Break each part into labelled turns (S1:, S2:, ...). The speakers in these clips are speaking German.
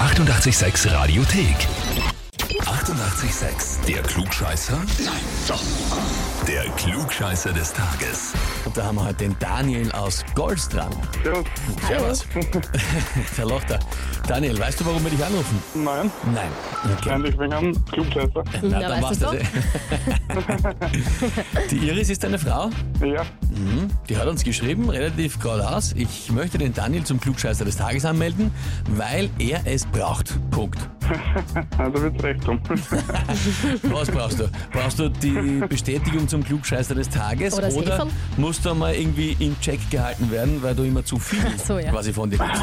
S1: 886 Radiothek. 88,6. Der Klugscheißer? Nein, doch. Der Klugscheißer des Tages.
S2: Und da haben wir heute den Daniel aus Golz dran.
S3: Servus.
S2: Servus. Der lacht da. Daniel, weißt du, warum wir dich anrufen?
S3: Nein,
S2: Nein. Okay.
S3: eigentlich wegen einem Klugscheißer.
S2: Na,
S4: Ähm, Ja,
S2: dann
S4: weißt
S2: war's
S4: du's
S2: das. eh. Die Iris ist deine Frau.
S3: Ja,
S2: Die hat uns geschrieben, relativ geradeaus. Ich möchte den Daniel zum Klugscheißer des Tages anmelden, weil er es braucht. Punkt.
S3: also wird's recht um.
S2: Was brauchst du? Brauchst du die Bestätigung zum Klugscheißer des Tages
S4: Oder das Heferl?
S2: musst du mal irgendwie in Check gehalten werden, weil du immer zu viel
S4: so, ja.
S2: quasi von dir gibst?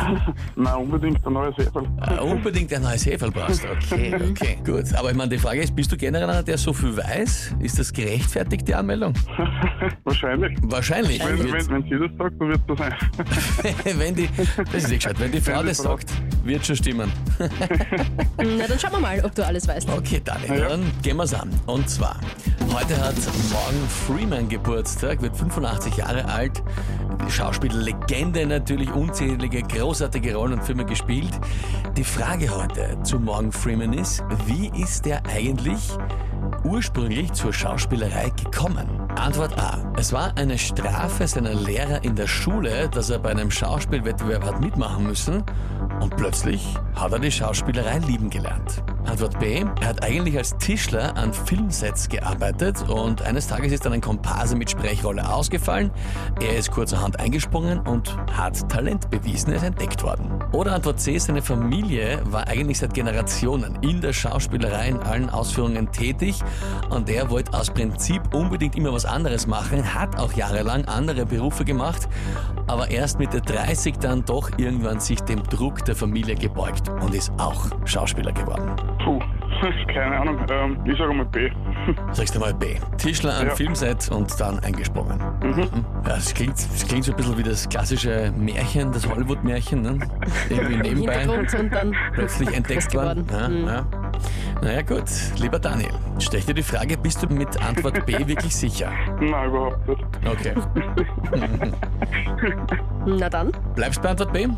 S3: Nein, unbedingt ein neues Hefel.
S2: Äh, unbedingt ein neues Heferl brauchst. Okay, okay. Gut, aber ich meine, die Frage ist, bist du generell einer, der so viel weiß? Ist das gerechtfertigt, die Anmeldung?
S3: Wahrscheinlich.
S2: Wahrscheinlich.
S3: Wenn, wenn, wenn sie das sagt, dann wird's so sein.
S2: wenn die, das ist eh gescheit, wenn die Frau das sagt, wird schon stimmen.
S4: Na, dann schauen wir mal, ob du alles weißt.
S2: Okay, Daniel,
S3: Ja.
S2: dann gehen wir's an. Und zwar, heute hat Morgan Freeman Geburtstag, wird 85 Jahre alt. Schauspiellegende natürlich, unzählige, großartige Rollen und Filme gespielt. Die Frage heute zu Morgan Freeman ist, wie ist er eigentlich ursprünglich zur Schauspielerei gekommen? Antwort A. Es war eine Strafe seiner Lehrer in der Schule, dass er bei einem Schauspielwettbewerb hat mitmachen müssen und plötzlich hat er die Schauspielerei lieben gelernt. Antwort B. Er hat eigentlich als Tischler an Filmsets gearbeitet und eines Tages ist dann ein Komparse mit Sprechrolle ausgefallen. Er ist kurzerhand eingesprungen und hat Talent bewiesen, er ist entdeckt worden. Oder Antwort C. Seine Familie war eigentlich seit Generationen in der Schauspielerei in allen Ausführungen tätig und er wollte aus Prinzip unbedingt immer was anderes machen, hat auch jahrelang andere Berufe gemacht, aber erst mit der 30 dann doch irgendwann sich dem Druck der Familie gebeugt und ist auch Schauspieler geworden.
S3: Puh, keine Ahnung. Ähm, ich sage mal B.
S2: Sagst du mal B. Tischler an
S3: Ja.
S2: Filmset und dann eingesprungen. Mhm. Ja, das, klingt, das klingt so ein bisschen wie das klassische Märchen, das Hollywood-Märchen. Ne? Irgendwie
S4: Im
S2: nebenbei
S4: Hintergrund und dann
S2: plötzlich entdeckt worden.
S4: geworden.
S2: Ja, ja. Naja gut, lieber Daniel, stell dir die Frage, bist du mit Antwort B wirklich sicher?
S3: Nein, überhaupt nicht.
S2: Okay.
S4: Na dann,
S2: Bleibst bei Antwort B?
S3: Ähm,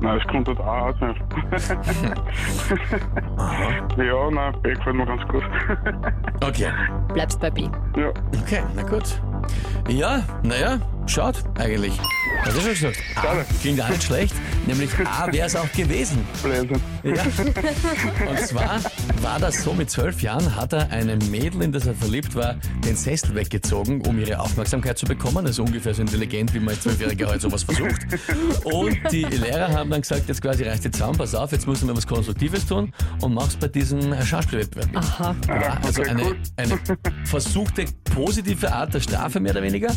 S3: nein, es kommt halt A aus. ne? ja, nein, B gefällt mir ganz gut.
S2: Okay.
S4: bleibst bei B.
S3: ja,
S2: Okay, na gut. Ja, naja, schaut eigentlich. Hast du schon gesagt? A
S3: Schade.
S2: klingt auch nicht schlecht, nämlich A wäre es auch gewesen.
S3: Blödsinn.
S2: Ja. Und zwar war das so, mit zwölf Jahren hat er einem Mädel, in das er verliebt war, den Sessel weggezogen, um ihre Aufmerksamkeit zu bekommen. Das ist ungefähr so intelligent, wie man als Zwölfjähriger halt sowas versucht. Und die Lehrer haben dann gesagt, jetzt quasi reicht die zusammen, pass auf, jetzt müssen wir was Konstruktives tun und mach's bei diesem Schauspielwettbewerb. mit.
S4: Aha.
S2: Ja, also
S3: okay,
S2: eine,
S3: cool.
S2: eine versuchte positive Art der Strafe mehr oder weniger.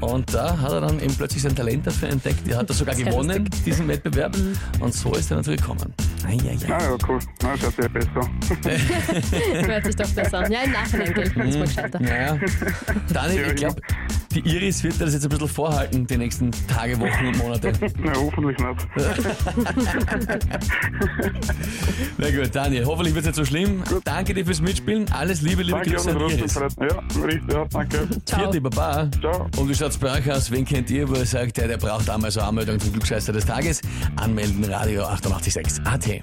S2: Und da hat er dann eben plötzlich sein Talent dafür entdeckt. Er hat das sogar
S4: Sehr
S2: gewonnen, diesen Wettbewerb. Und so ist er dazu gekommen. Ei, ei, ei.
S3: Ah ja, cool. Nein, es hört sich ja besser.
S4: Hört sich doch besser an. Ja, im Nachhinein, gell? Das war gescheiter.
S2: Naja, Daniel,
S3: Ja,
S2: ich glaube, die Iris wird dir das jetzt ein bisschen vorhalten, die nächsten Tage, Wochen und Monate.
S3: Na, hoffentlich nicht.
S2: Na gut, Daniel, hoffentlich wird es nicht so schlimm. Danke dir fürs Mitspielen. Alles Liebe, liebe
S3: Danke,
S2: Grüße an
S3: aber trotzdem,
S2: Iris.
S3: Fred. Ja, richtig, ja, danke.
S4: Ciao.
S2: Vierte Baba.
S3: Ciao.
S2: Und wie schaut's bei euch aus? Wen kennt ihr, wo ihr sagt, der, der braucht einmal so eine Anmeldung zum Glücksscheißer des Tages? Anmelden, Radio 886 AT.